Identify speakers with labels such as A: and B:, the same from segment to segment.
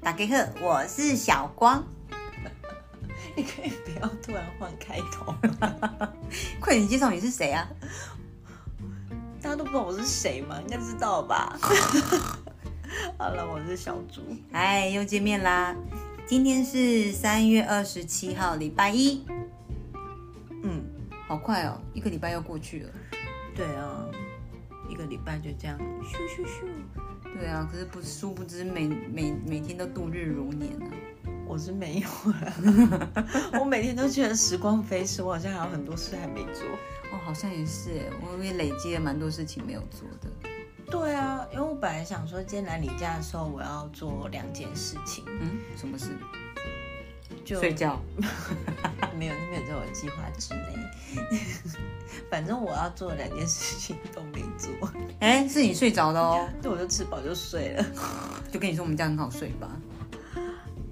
A: 打给客，我是小光，
B: 你可以不要突然换开头，
A: 快点介绍你是谁啊？
B: 大家都不知道我是谁吗？应该知 道吧？好了，我是小猪。
A: 嗨，哎又见面啦！今天是三月二十七号，礼拜一。嗯，好快哦，一个礼拜又过去了。
B: 对啊，一个礼拜就这样，咻咻咻。
A: 对啊，可是不殊不知每每每天都度日如年啊。
B: 我是没有了， 我每天都觉得时光飞逝，我好像还有很多事还没做。
A: 哦，好像也是耶，我也累积了蛮多事情没有做的。
B: 对啊，因为我本来想说今天来你家的时候，我要做两件事情，
A: 嗯，什么事？
B: 就
A: 睡觉。
B: 没有没有在我的计划之内。 反正我要做的两件事情都没做，
A: 哎，是你睡着了哦，
B: 那我就吃饱就睡了。
A: 就跟你说我们家很好睡 吧。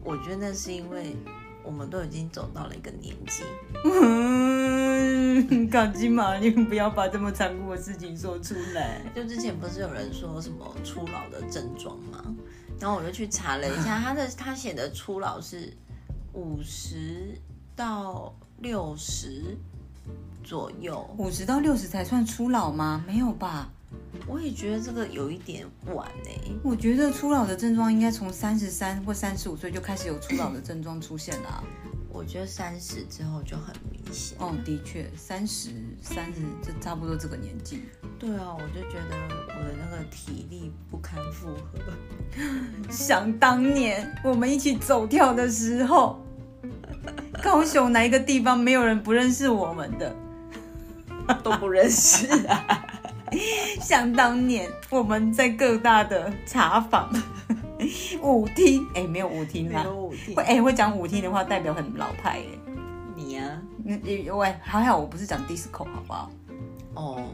B: 我觉得那是因为我们都已经走到了一个年纪，
A: 嗯，卡基玛，你们不要把这么残酷的事情说出来。
B: 就之前不是有人说什么初老的症状吗？然后我就去查了一下，他的他写的初老是五十到六十左右。
A: 五十到六十才算初老吗？没有吧？
B: 我也觉得这个有一点晚哎、
A: 我觉得初老的症状应该从三十三或三十五岁就开始有初老的症状出现了、啊。
B: 我觉得三十之后就很明显。
A: 哦，的确，三十三十这差不多这个年纪。
B: 对啊，我就觉得我的那个体力不堪负荷。
A: 想当年我们一起走跳的时候，高雄哪一个地方没有人不认识我们的？
B: 都不认识啊。
A: 想当年我们在各大的茶坊、舞厅，哎、没有舞厅啦，会哎、会讲舞厅的话，代表很老派哎、
B: 你啊？
A: 那嗯也喂，还好我不是讲 disco 好不好？
B: 哦，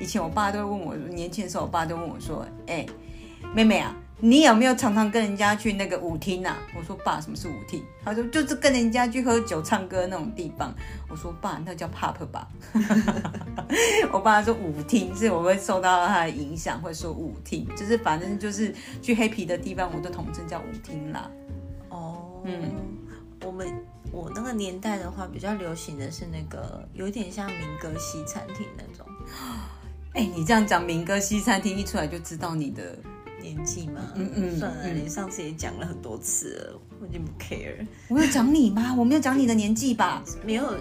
A: 以前我爸都会问我，年轻的时候我爸都问我说：“哎、妹妹啊，你有没有常常跟人家去那个舞厅啊？”我说：“爸，什么是舞厅？”他说：“就是跟人家去喝酒、唱歌那种地方。”我说：“爸，那叫 pub 吧。” 我爸说舞厅，是我会受到他的影响，会说舞厅，就是反正就是去黑皮的地方，我都统称叫舞厅啦。
B: 哦，
A: 嗯
B: 嗯，我们我那个年代的话，比较流行的是那个有点像民歌西餐厅那种
A: 哎、你这样讲民歌西餐厅一出来就知道你的
B: 年纪嘛。
A: 嗯嗯
B: 算了，
A: 嗯
B: 你上次也讲了很多次了，我已经不 care，
A: 我有讲你吗？我没有讲你的年纪吧？
B: 没有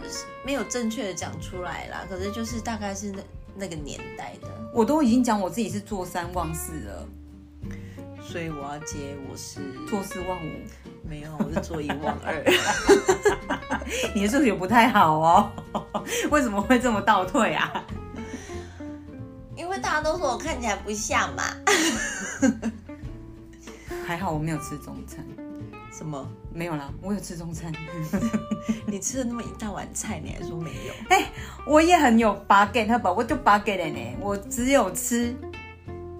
B: 没有正确的讲出来啦。可是就是大概是那那个年代的，
A: 我都已经讲我自己是做三忘四了，
B: 所以我要接我是
A: 做四忘五。
B: 没有，我是做一忘二。
A: 你的数学不太好哦， 为什么会这么倒退啊？
B: 因为大家都说我看起来不像嘛。
A: 还好我没有吃中餐，
B: 什么？
A: 没有啦，我有吃中餐，
B: 你吃了那么一大碗菜，你还说没 有？
A: 我也很有把给，他把我就把给了呢，我只有吃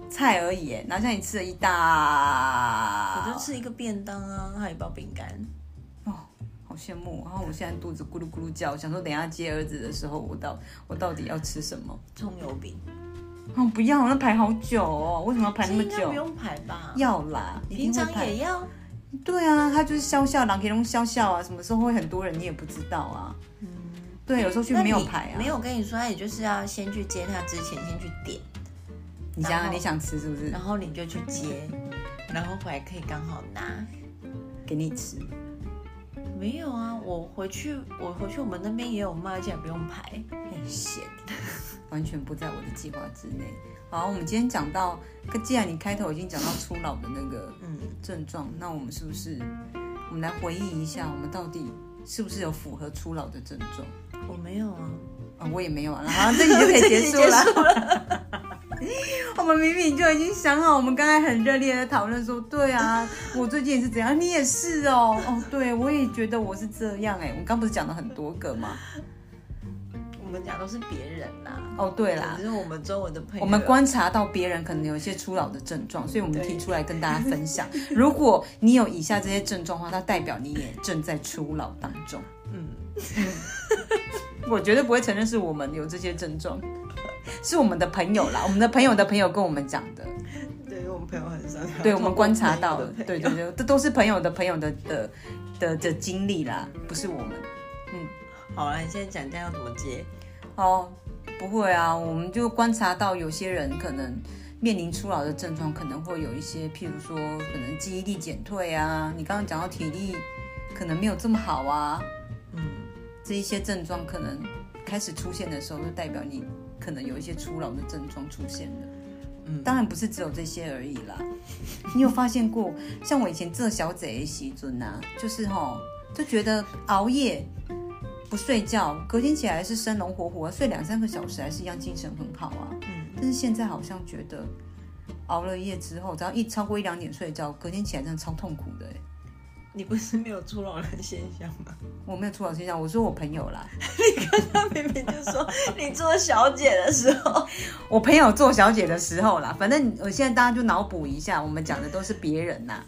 A: 菜而已耶，哪像你吃了一大，
B: 我就吃一个便当啊，还有一包饼干。
A: 哦，好羡慕。然后我现在肚子咕噜咕噜叫，想说等一下接儿子的时候，我到我到底要吃什么？
B: 葱油饼，
A: 哦，不要，那排好久哦，为什么要排那么
B: 这应该不
A: 久？
B: 用排吧？
A: 要啦，一定
B: 平
A: 会
B: 常
A: 排
B: 也要。
A: 对啊，他就是笑笑，狼可以弄笑笑啊，什么时候会很多人你也不知道啊。对，有时候去
B: 嗯那
A: 没有
B: 你
A: 排啊。
B: 没有跟你说，哎那你就是要先去接他之前先去点，
A: 你想
B: 然
A: 想
B: 后
A: 你想吃是不是
B: 然？后你就去接，然后回来可以刚好拿。
A: 给你吃。
B: 没有啊，我回去我回去我们那边也有卖，而且还不用排。
A: 很 闲，完全不在我的计划之内。好，我们今天讲到，可既然你开头已经讲到初老的那个
B: 嗯，
A: 症状，那我们是不是我们来回忆一下，我们到底是不是有符合初老的症状？
B: 我没有啊。
A: 啊，我也没有啊，好，这集就可以结束
B: 这集
A: 了。 我们明明就已经想好，我们刚才很热烈的讨论说，对啊，我最近也是怎样，你也是哦，哦，对我也觉得我是这样哎、我们刚不是讲了很多个吗？
B: 我们讲都是别人啦，
A: 哦，对啦
B: 只，是我们周围的朋友。
A: 我们观察到别人可能有一些初老的症状，所以我们提出来跟大家分 享。如果你有以下这些症状的话，那代表你也正在初老当中。
B: 嗯，
A: 我绝对不会承认是我们有这些症状，是我们的朋友啦，我们的朋友的朋友跟我们讲的，
B: 对，因为我们朋友很少聊，
A: 对我们观察到
B: 的
A: 的，
B: 朋友
A: 对对对，这都是朋友的朋友的的的的经历啦，不是我们。
B: 好了，你现在讲一下要怎么接？
A: 哦，不会啊，我们就观察到有些人可能面临初老的症状，可能会有一些，譬如说可能记忆力减退啊，你刚刚讲到体力可能没有这么好啊，
B: 嗯，
A: 这一些症状可能开始出现的时候，就代表你可能有一些初老的症状出现了。
B: 嗯
A: 当然不是只有这些而已啦。 你有发现过，像我以前这小姐的时阵啊，就是吼、就觉得熬夜不睡觉，隔天起来是生龙活虎啊，睡两三个小时还是一样精神很好啊。
B: 嗯，
A: 但是现在好像觉得熬了夜之后，只要一超过一两点睡觉，隔天起来真的超痛苦的欸、
B: 你不是没有出老人现象吗？
A: 我没有初老现象，我说我朋友啦，
B: 他明明就说你做小姐的时候，
A: 我朋友做小姐的时候啦，反正我现在大家就脑补一下，我们讲的都是别人呐。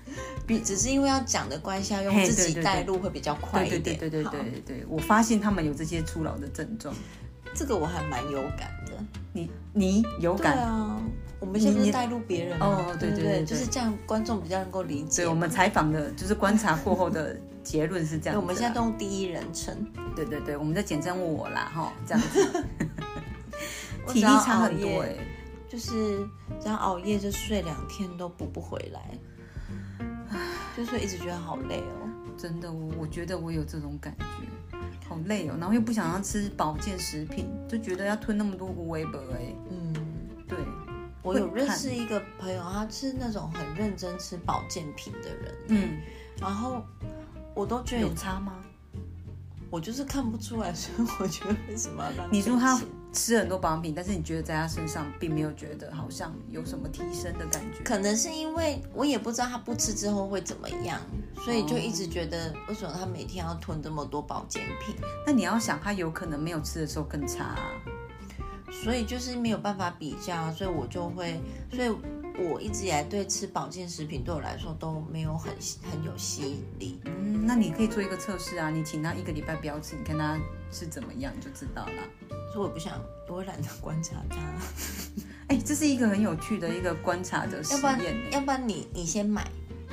B: 只是因为要讲的关系，要用
A: 嘿
B: 自己
A: 对对对
B: 带路会比较快
A: 对
B: 一
A: 对
B: 点。
A: 对对对
B: 好
A: 对对对，我发现他们有这些初老的症状，
B: 这个我还蛮有感的。
A: 你你有
B: 对
A: 感，
B: 啊，我们现在
A: 你
B: 是
A: 你
B: 带入别人啊
A: 哦
B: 对
A: 对
B: 不
A: 对对对
B: 就是这样，观众比较能够理解
A: 所以
B: 嘛。
A: 我们采访的就是观察过后的结论是这样子
B: 对
A: 啦。
B: 我们现在都用第一人称，
A: 对对对，我们在简称我啦哈，这样子
B: 我
A: 体力
B: 只要
A: 差
B: 熬
A: 很多
B: 夜
A: 哎、
B: 就是只要熬夜就睡两天都补不回来，就是会一直觉得好累哦。
A: 真的我我觉得我有这种感觉，好累哦，然后又不想要吃保健食品，就觉得要吞那么多无为本哎，
B: 嗯，
A: 对，
B: 我有
A: 会
B: 认
A: 看
B: 识一个朋友，他是那种很认真吃保健品的人，
A: 嗯，
B: 然后我都觉得
A: 有差吗？
B: 我就是看不出来， 所以我觉得为什么要浪费
A: 你说他
B: 钱
A: 吃很多保养品，但是你觉得在他身上并没有觉得好像有什么提升的感觉，
B: 可能是因为我也不知道他不吃之后会怎么样，所以就一直觉得为什么他每天要吞这么多保健品，
A: 那你要想，他有可能没有吃的时候更差、啊。
B: 所以就是没有办法比较，所以我就会，所以我一直以来对吃保健食品对我来说都没有很很有吸引力。
A: 嗯，那你可以做一个测试啊，你请他一个礼拜不要吃，你看他是怎么样，你就知道啦。
B: 所以我也不想，我也懒得观察他。
A: 哎，这是一个很有趣的一个观察的实
B: 哎要不 然
A: 验欸、，
B: 要不然你你先买，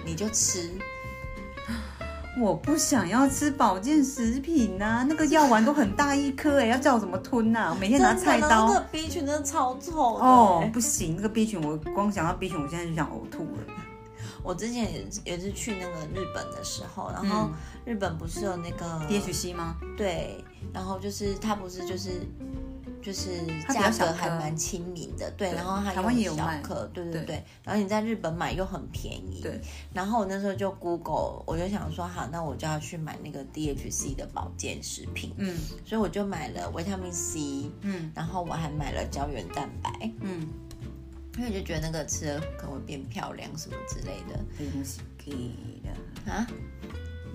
B: 你就吃。
A: 我不想要吃保健食品啊，那个药丸都很大一颗哎、要叫我怎么吞啊？每天拿菜
B: 真的那
A: 刀
B: 个 B 群真的超臭的、
A: 哦，不行，那个 B 群我光想到 B 群，我现在就想呕吐
B: 哦
A: 了。
B: 我之前也是也是去那个日本的时候，然后
A: 嗯
B: 日本不是有那个
A: DHC 吗？
B: 对，然后就是它不是就是就是
A: 它比较
B: 价格
A: 小
B: 还
A: 颗
B: 蛮亲民的，对，
A: 对
B: 然后它
A: 台湾也有
B: 很小
A: 卖
B: 颗，对对
A: 对
B: 对，然后你在日本买又很便宜，
A: 对。
B: 然后我那时候就 Google，我就想说好，那我就要去买那个 DHC 的保健食品，
A: 嗯
B: 所以我就买了维他命 C，
A: 嗯
B: 然后我还买了胶原蛋白，
A: 嗯，
B: 因为我就觉得那个吃了可能会变漂亮什么之类的
A: 黑东西 gay 啦，
B: 啊。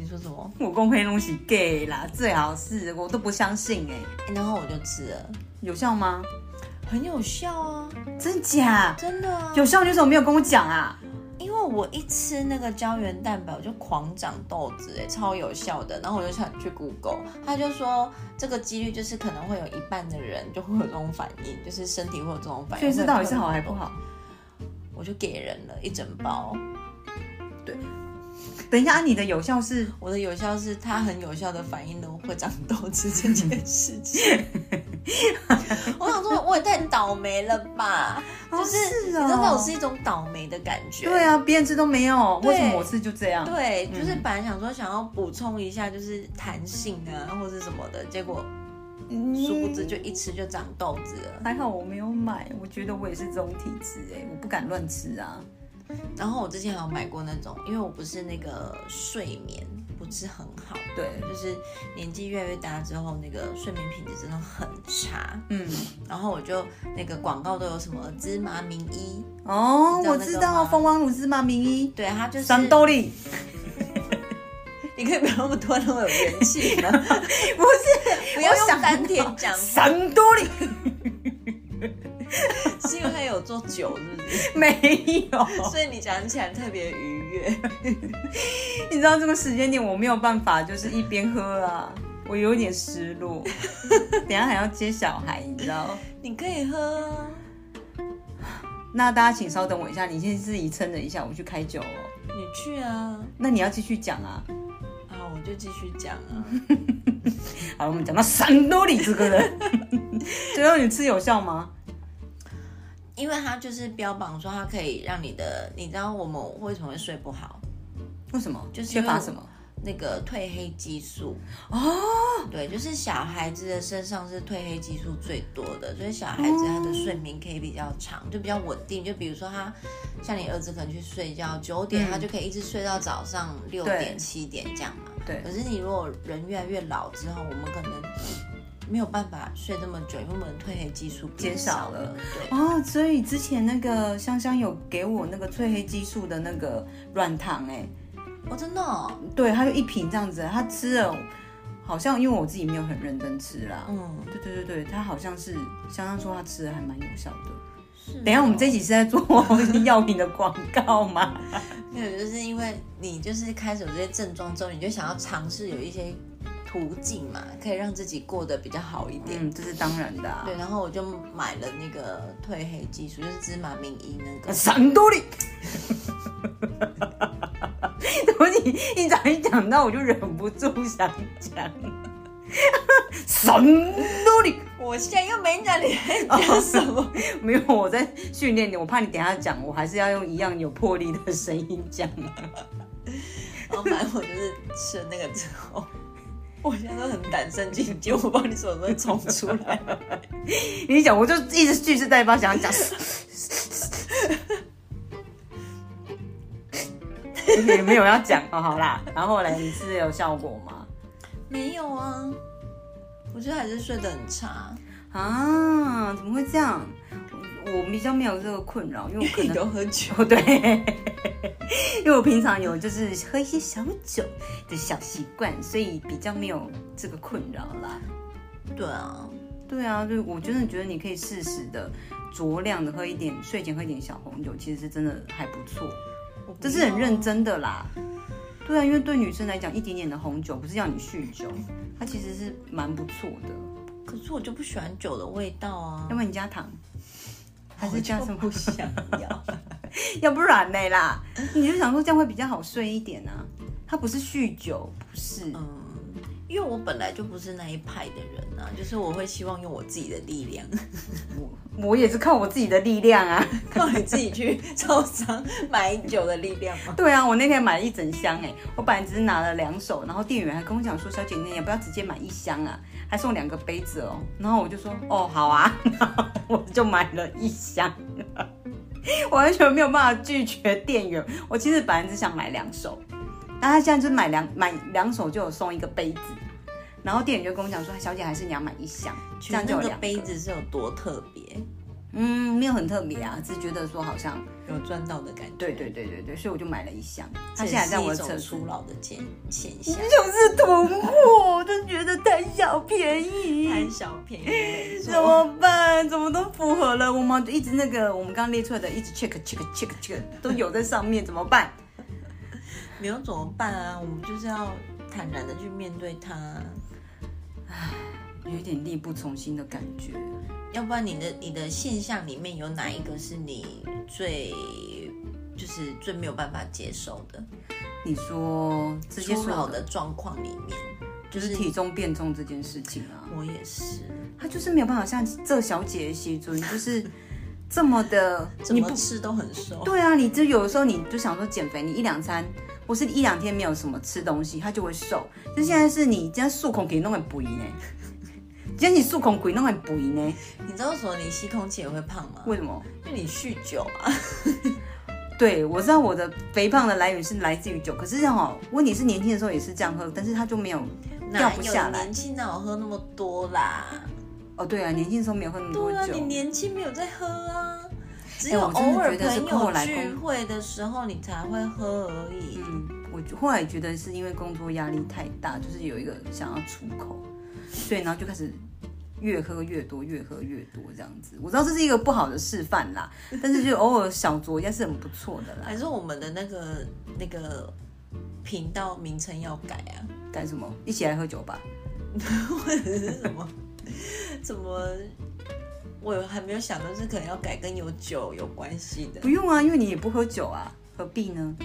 B: 你说什么？
A: 我公黑东西 gay 啦，最好是我都不相信哎、
B: 欸然后我就吃了，
A: 有效吗？
B: 很有效啊，
A: 真假？
B: 真的啊。
A: 有效你怎么没有跟我讲啊？
B: 因为我一吃那个胶原蛋白，我就狂长痘子、哎，超有效的。然后我就想去 Google，他就说这个几率就是可能会有一半的人就会有这种反应，就是身体会有这种反应。
A: 所以这到底是好还不
B: 会有这种
A: 好？
B: 痘？我就给人了一整包。
A: 等一下，啊你的有效是
B: 我的有效是它很有效的反映了会长痘子 这件事情。我想说，我也太倒霉了吧！就是
A: 是
B: 你
A: 哦
B: 知道我是一种倒霉的感觉。
A: 对啊，别人吃都没有，
B: 对
A: 为什么我吃就这样？
B: 对，就是
A: 嗯
B: 本来想说想要补充一下，就是弹性啊，或是什么的，结果
A: 嗯
B: 殊不知就一吃就长痘子了。
A: 还好我没有买，我觉得我也是这种体质哎、我不敢乱吃啊。
B: 然后我之前还有买过那种，因为我不是那个睡眠不是很好，
A: 对，
B: 就是年纪越来越大之后，那个睡眠品质真的很差。
A: 嗯，
B: 然后我就那个广告都有什么芝麻名医，
A: 哦
B: 你，知道
A: 我
B: 那个
A: 知
B: 吗
A: 道蜂王乳芝麻名医，
B: 对，它就是
A: 三兜里，
B: 你可以不要那么多那么有元气吗？
A: 不是，
B: 不要
A: 我
B: 用
A: 想
B: 丹田讲话，
A: 三兜里
B: 是因为它有做酒，是不 是？
A: 没有。
B: 所以你讲起来特别愉悦。
A: 你知道这个时间点我没有办法，就是一边喝啊，我有点失 落。等一下还要接小孩，你知道？
B: 你可以喝啊，
A: 那大家请稍等我一下，你先自己撑着一下，我去开酒哦。
B: 你去啊，
A: 那你要继续讲啊。
B: 啊，我就继续讲啊。
A: 好，我们讲到山多里这个 人，最后你吃有效吗？
B: 因为它就是标榜说它可以让你的，你知道我们为什么会睡不好？
A: 为什么？
B: 就是
A: 缺
B: 因为
A: 乏
B: 我
A: 什么？
B: 那个褪黑激素哦，对，就是小孩子的身上是褪黑激素最多的，所以小孩
A: 哦
B: 子他的睡眠可以比较长，就比较稳定。就比如说他像你儿子可能去睡觉九
A: 嗯
B: 点，他就可以一直睡到早上六点
A: 对
B: 七点这样嘛。
A: 对
B: 可是你如果人越来越老之后，我们可能没有办法睡这么久，因为我们的褪黑激素变
A: 减少
B: 了
A: 了。
B: 对，
A: 哦，所以之前那个香香有给我那个褪黑激素的那个软糖、
B: 我、真的哦、
A: 哎，对，他就一瓶这样子，他吃了，好像因为我自己没有很认真吃啦。
B: 嗯，
A: 对对对对，他好像是香香说他吃的还蛮有效的。
B: 是哦。
A: 等一下我们这一集是在做 药品的广告吗？
B: 没有，就是因为你就是开始有这些症状之后，你就想要尝试有一些途径嘛，可以让自己过得比较好一点。
A: 嗯，这是当然的、啊
B: 对，。然后我就买了那个褪黑激素，就是芝麻明医 那个。
A: 闪多利。怎么你一讲一讲到我就忍不住想讲，闪多利。
B: 我现在又没讲你在讲什么，
A: 没有，我在训练你，我怕你等一下讲，我还是要用一样有魄力的声音讲。
B: 然后反正我就是吃了那个之后，我现在都很胆战心惊，我不知道你什么时候冲出来。
A: 你讲，我就一直蓄势待发，想要讲。也没有要讲哦，好啦。然后嘞，你是有效果吗？
B: 没有啊，我觉得还是睡得很差，
A: 啊，怎么会这样？我我比较没有这个困扰，因为我可
B: 你
A: 能
B: 都喝酒。
A: 哦对，因为我平常有就是喝一些小酒的小习惯，所以比较没有这个困扰啦。
B: 对啊，
A: 对啊，对我真的觉得你可以适时的酌量的喝一点，睡前喝一点小红酒，其实是真的还不错，
B: 我不
A: 这是很
B: 要
A: 认真的啦。对啊，因为对女生来讲，一点点的红酒不是要你酗酒，它其实是蛮不错的。
B: 可是我就不喜欢酒的味道啊
A: 要，不然你加糖， 还是加什么
B: 我就？不 想要。
A: 要不然呢啦，你就想说这样会比较好睡一点啊。它不是酗酒，不是，
B: 嗯，因为我本来就不是那一派的人啊，就是我会希望用我自己的力量，
A: 我也是靠我自己的力量啊。
B: 靠你自己去超商买酒的力量嘛。
A: 对啊，我那天买了一整箱哎、我本来只是拿了两手，然后店员还跟我讲说，小姐你也不要直接买一箱啊，还送两个杯子哦。然后我就说，哦好啊， 然后我就买了一箱， 我完全没有办法拒绝店员。我其实本来只想买两手，但他现在就是买两买两手就有送一个杯子，然后店员就跟我讲说，小姐还是你要买一箱，这样就
B: 那
A: 有
B: 个
A: 两
B: 杯。子是有多特别，
A: 嗯，没有很特别啊，只是觉得说好像，
B: 有赚到的感觉。
A: 对对对对对，所以我就买了一箱。
B: 这
A: 他
B: 也
A: 现在在我的
B: 是一
A: 厕
B: 种
A: 所
B: 初。老的现现象，
A: 就是囤货，我就觉得贪小便
B: 贪
A: 宜，
B: 小便宜没
A: 怎
B: 错。
A: 嗯么办？怎么都符合了，我们一直那个我们刚列出来的，一直 check check check check 都有在上面，怎么办？
B: 没有怎么办啊？我们就是要坦然的去面对它，啊
A: 有一点力不从心的感觉。
B: 要不然你的你的现象里面有哪一个是你最就是最没有办法接受的？
A: 你说这些
B: 初
A: 所有
B: 老的状况里面，
A: 就是体重变重这件事情啊，
B: 我也是，
A: 他就是没有办法像这小姐的西尊，就是这么的，
B: 怎
A: 你
B: 么
A: 不
B: 吃都很瘦。
A: 对啊，你就有的时候你就想说减肥，你一两餐或是一两天没有什么吃东西，它就会瘦。但现在是你这样数孔给弄很不呢， 今天你数孔鬼弄很不呢，
B: 你知道为什么你吸空气也会胖吗？
A: 为什么？
B: 因为你酗酒啊。
A: 对，我知道我的肥胖的来源是来自于酒，可是哈、哦，问题是年轻的时候也是这样喝，但是它就没有掉
B: 哪
A: 不
B: 有
A: 下来。
B: 年轻哪有喝那么多啦？
A: 哦，对啊，年轻的时候没有喝那么多
B: 对啊，
A: 酒
B: 你，年轻没有在喝啊，只
A: 哎
B: 有
A: 我真的
B: 偶尔
A: 觉得是
B: 朋
A: 过
B: 友
A: 来
B: 聚
A: 工
B: 会的时候你才会喝而已。
A: 嗯，我就后来觉得是因为工作压力太大，就是有一个想要出口，所以然后就开始越喝越多，越喝越多这样子。我知道这是一个不好的示范啦，但是就偶尔小酌一下是很不错的啦。
B: 还是我们的那个那个频道名称要改啊？
A: 干什么？一起来喝酒吧。
B: 或者是什么，怎么？我还没有想到是可能要改跟有酒有关系的
A: 不，用啊，因为你也不喝酒啊，何必呢？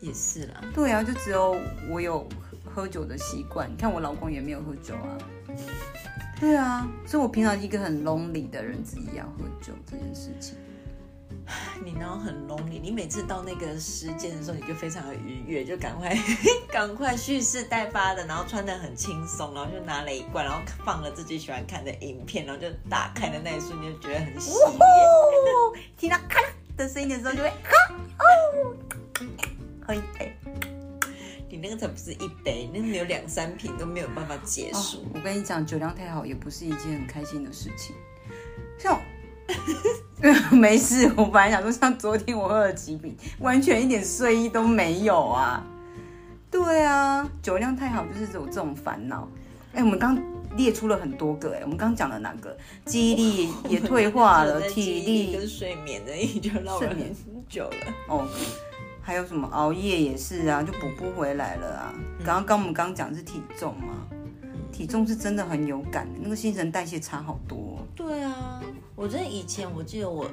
B: 也是啦。
A: 对啊，就只有我有喝酒的习惯。你看我老公也没有喝酒啊。对啊，所以我平常一个很 lonely 的人，自己要喝酒这件事情。
B: 你然后很 lonely，你每次到那个时间的时候，你就非常的愉悦，就赶快 赶快蓄势待发的，然后穿的很轻松，然后就拿了一罐，然后放了自己喜欢看的影片，然后就打开的那一瞬间就觉得很喜悦。
A: 哦，听到咔啦的声音的时候，就会咔哦，喝一杯。
B: 你那个才不是一杯，那没有两三瓶都没有办法结
A: 哦
B: 束。
A: 我跟你讲，酒量太好也不是一件很开心的事情。 像我没事，我本来想说，像昨天我喝了几瓶，完全一点睡意都没有啊。对啊，酒量太好就是有这种烦恼。哎、我们刚列出了很多个、哎，我们刚讲了哪个？记忆力也退
B: 哦
A: 化了，
B: 我在记
A: 体
B: 忆
A: 力
B: 跟睡眠的，已经绕了
A: 睡眠
B: 很久了。
A: 哦，还有什么熬夜也是啊，就补不回来了啊。
B: 嗯
A: 刚刚我们刚讲是体重嘛，体重是真的很有感的，那个新陈代谢差好多哦、
B: 对啊，我真的以前我记得我，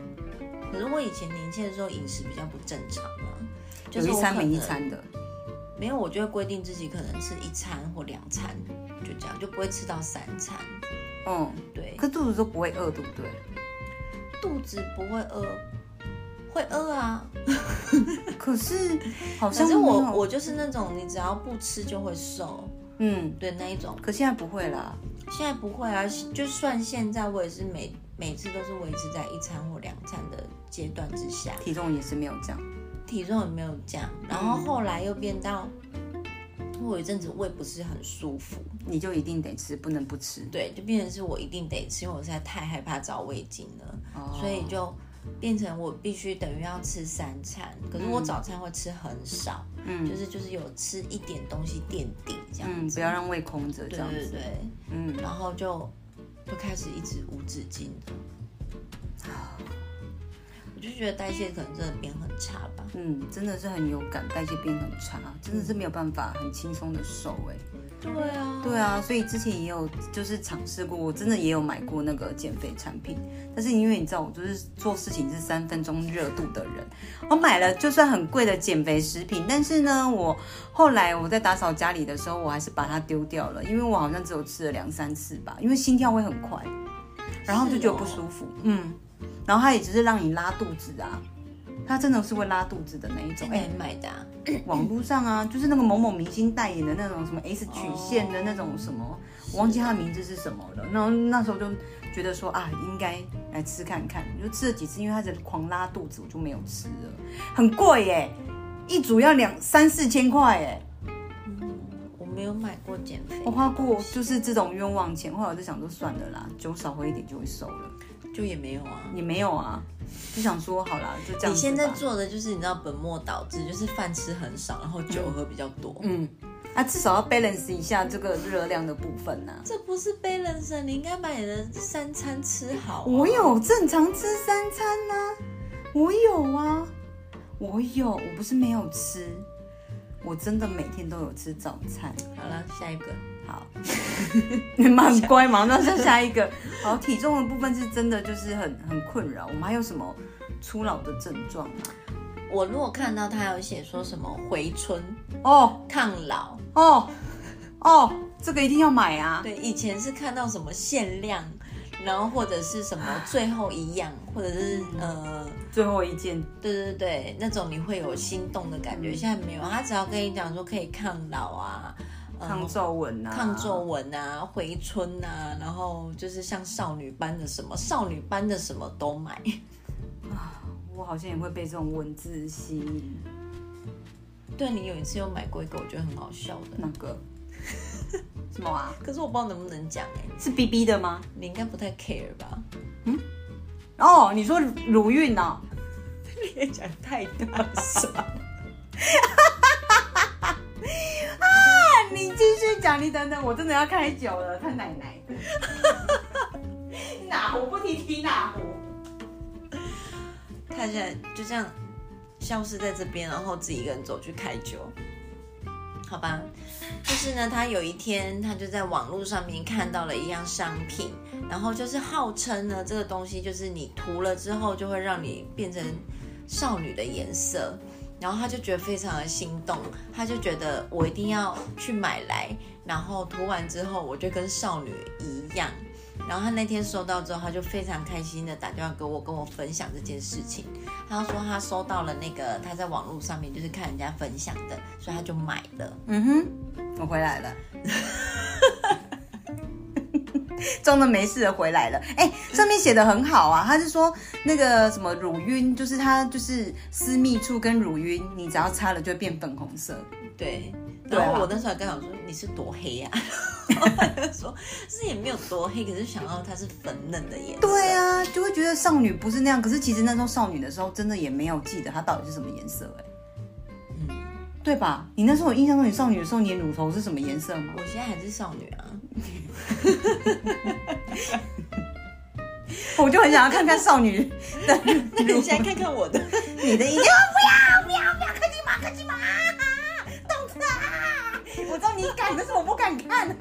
B: 可是我以前年轻的时候饮食比较不正常嘛，就
A: 有
B: 是
A: 一
B: 我
A: 餐
B: 可
A: 没一
B: 能
A: 餐的。
B: 没有，我就会规定自己可能吃一餐或两餐，就这样，就不会吃到三餐。
A: 嗯，
B: 对，
A: 可肚子都不会饿，对不对？
B: 肚子不会饿，会饿啊。
A: 可是好
B: 嗯可
A: 像
B: 是
A: 没
B: 我
A: 有
B: 我就是那种你只要不吃就会瘦，
A: 嗯，
B: 对那一种。
A: 可现在不会啦。
B: 现在不会啊，就算现在我也是每每次都是维持在一餐或两餐的阶段之下。
A: 体重也是没有降，
B: 体重也没有降，然后后来又变到，我有一阵子胃不是很舒服，
A: 你就一定得吃，不能不吃。
B: 对，就变成是我一定得吃，因为我实在太害怕找胃镜了，
A: 哦
B: 所以就变成我必须等于要吃三餐，可是
A: 嗯
B: 我早餐会吃很少，嗯，就是就是有吃一点东西垫底这样
A: 嗯，
B: 子，
A: 不要让胃空着这
B: 对
A: 样
B: 对
A: 子。
B: 对，
A: 嗯，
B: 然后就就开始一直无止境的，我就觉得代谢可能真的变很差吧。
A: 嗯，真的是很有感，代谢变很差，真的是没有办法很轻松的瘦哎、
B: 对啊，
A: 对啊，所以之前也有就是尝试过，我真的也有买过那个减肥产品，但是因为你知道我就是做事情是三分钟热度的人，我买了就算很贵的减肥食品，但是呢，我后来我在打扫家里的时候，我还是把它丢掉了，因为我好像只有吃了两三次吧，因为心跳会很快，然后就觉得不舒服，嗯，然后它也只是让你拉肚子啊，它真的是会拉肚子的那一种，
B: 在
A: 哎、
B: 哪里买的、啊？
A: 网络上啊，就是那个某某明星代言的那种
B: 哦
A: 什么 S 曲线的那种什么，我忘记它的名字是什么了。然后那时候就觉得说啊，应该来吃看看，就吃了几次，因为它在狂拉肚子，我就没有吃了，很贵耶、一组要两三四千块耶、
B: 我没有买过减肥，
A: 我花过就是这种冤枉钱，后来我就想说算了啦，酒少喝一点就会瘦了，
B: 就也没有啊。
A: 也没有啊，就想说好啦，就这样子吧。
B: 你现在做的就是你知道本末倒置，就是饭吃很少，然后酒喝比较多。
A: 嗯，啊，至少要 balance 一下这个热量的部分啊呐、
B: 这不是 balance，你应该把你的三餐吃好、啊
A: 我，有正常吃三餐呢、我有啊，我有，我不是没有吃，我真的每天都有吃早餐。
B: 好了，下一个，
A: 好，你蛮乖， 马上就下一个。好，体重的部分是真的就是很很困扰。我们还有什么初老的症状吗？
B: 我如果看到他有写说什么回春、
A: 哦
B: 抗老，
A: 哦哦，这个一定要买啊！
B: 对，以前是看到什么限量，然后或者是什么最后一样，或者是
A: 嗯
B: 呃。
A: 最后一件，
B: 对对对，那种你会有心动的感觉。现在没有，他只要跟你讲说可以抗老啊，呃
A: 抗皱纹啊，
B: 抗皱纹啊、回春啊，然后就是像少女般的什么，少女般的什么都买。
A: 我好像也会被这种文字吸引。
B: 对你有一次有买过一个，我觉得很好笑的，
A: 那个 什么啊？
B: 可是我不知道能不能讲哎、
A: 是 B B 的吗？
B: 你应该不太 care 吧？
A: 哦，你说乳晕哦？
B: 你也讲太大声，
A: 你继续讲，你等等，我真的要开酒了，他奶奶。 哪壶不提提哪壶。
B: 看起来就这样消失在这边，然后自己一个人走去开酒，好吧？就是呢，他有一天他就在网络上面看到了一样商品，然后就是号称呢这个东西就是你涂了之后就会让你变成少女的颜色，然后他就觉得非常的心动，他就觉得我一定要去买来，然后涂完之后我就跟少女一样。然后他那天收到之后，他就非常开心的打电话给我，跟我分享这件事情。他说他收到了那个他在网络上面就是看人家分享的，所以他就买了。
A: 嗯哼，我回 来了，装的没事的回来了。哎、上面写的很好啊，他是说那个什么乳晕，就是它就是私密处跟乳晕，你只要擦了就会变粉红色。
B: 对，
A: 对啊
B: 然后我那时候还跟他说你是多黑呀、啊， 然后他就说是也没有多黑，可是想到它是粉嫩的颜色。
A: 对啊，就会觉得少女不是那样。可是其实那时候少女的时候，真的也没有记得它到底是什么颜色、哎，
B: 嗯，
A: 对吧？你那时候有印象中你少女的时候，你的乳头是什么颜色吗？
B: 我现在还是少女啊。
A: 我就很想要看看少女的
B: 那 你现在看看我的，
A: 你的一定要不要不要不要，科技玛科技玛，动车啊！我知道你敢，但是我不敢看，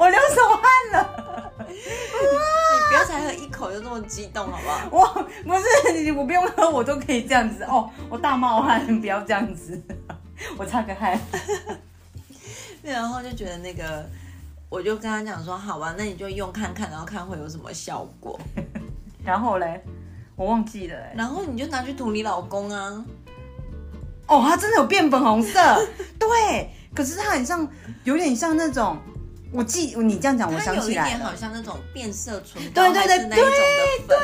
A: 我流手汗了。
B: 你不要才喝一口就这么激动好不 好？
A: 我不是我不用喝，我都可以这样子哦。我大冒汗，不要这样子。我擦个汗，
B: 对，然后就觉得那个，我就跟他讲说，好啊吧，那你就用看看，然后看会有什么效果。
A: 然后嘞，我忘记了欸。
B: 然后你就拿去涂你老公啊，
A: 哦，它真的有变粉红色， 对。可是它很像，有点像那种，我记你这样啊讲，我
B: 它
A: 想
B: 有一
A: 起来
B: 点
A: 了。
B: 好像那种变色唇膏，
A: 对对对
B: 还是那一种的粉。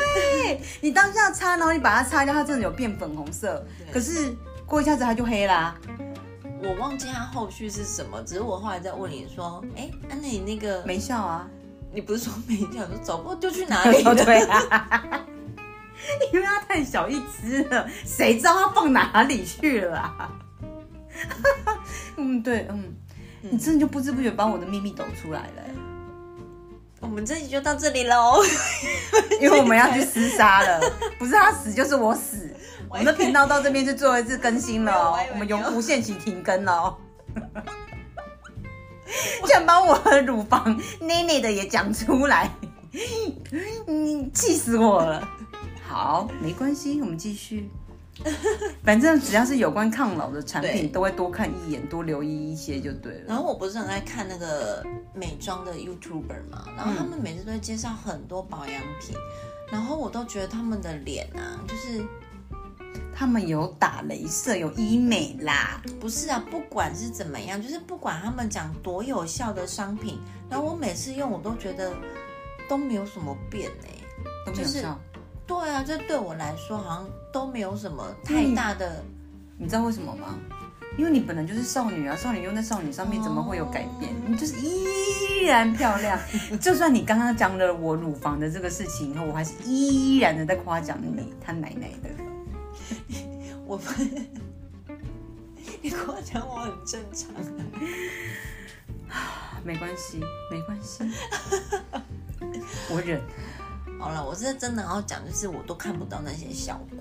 A: 对你当下擦，然后你把它擦掉，它真的有变粉红色。
B: 对嗯
A: 可是过一下子它就黑啦。
B: 我忘记它后续是什么，只是我后来在问你说，哎，啊、那你那个，
A: 没效啊。
B: 你不是说没掉，说走过丢去 哪里了？
A: 对啊， 因为它太小一只了，谁知道它放哪里去了、啊？ 嗯，对，嗯，你真的就不知不觉把我的秘密抖出来了、欸
B: 我们这集就到这里喽。
A: 因为我们要去厮杀了， 不是他死就是我死。我们的频道到这边就最后一次更新了哦
B: 我以为，
A: 我们永
B: 你要
A: 无限期停更了哦。 竟然把我的乳房内内的也讲出来， 你气死我了。好，没关系，我们继 续。反正只要是有关抗老的产
B: 对
A: 品，都会多看一眼，多留意一些就对了。
B: 然后我不是很爱看那个美妆的 YouTuber 嘛，然后他
A: 嗯
B: 们每次都会介绍很多保养品，然后我都觉得他们的脸啊，就是
A: 他们有打镭射，有医美啦，
B: 不是啊，不管是怎么样，就是不管他们讲多有效的商品，然后我每次用我都觉得都没有什么变哎、
A: 都没有
B: 就是
A: 效。
B: 对啊，这对我来说好像都没有什么太大的、
A: 你知道为什么吗？因为你本来就是少女啊，少女用在少女上面怎么会有改变？
B: 哦
A: 你就是依然漂 亮。就算你刚刚讲了我乳房的这个事情以后，我还是依然的在夸奖你，他奶奶的。
B: 我。 你跟我讲我很正常，
A: 没关系，没关 系，我忍。
B: 好了，我是真的要讲，就是我都看不到那些效果，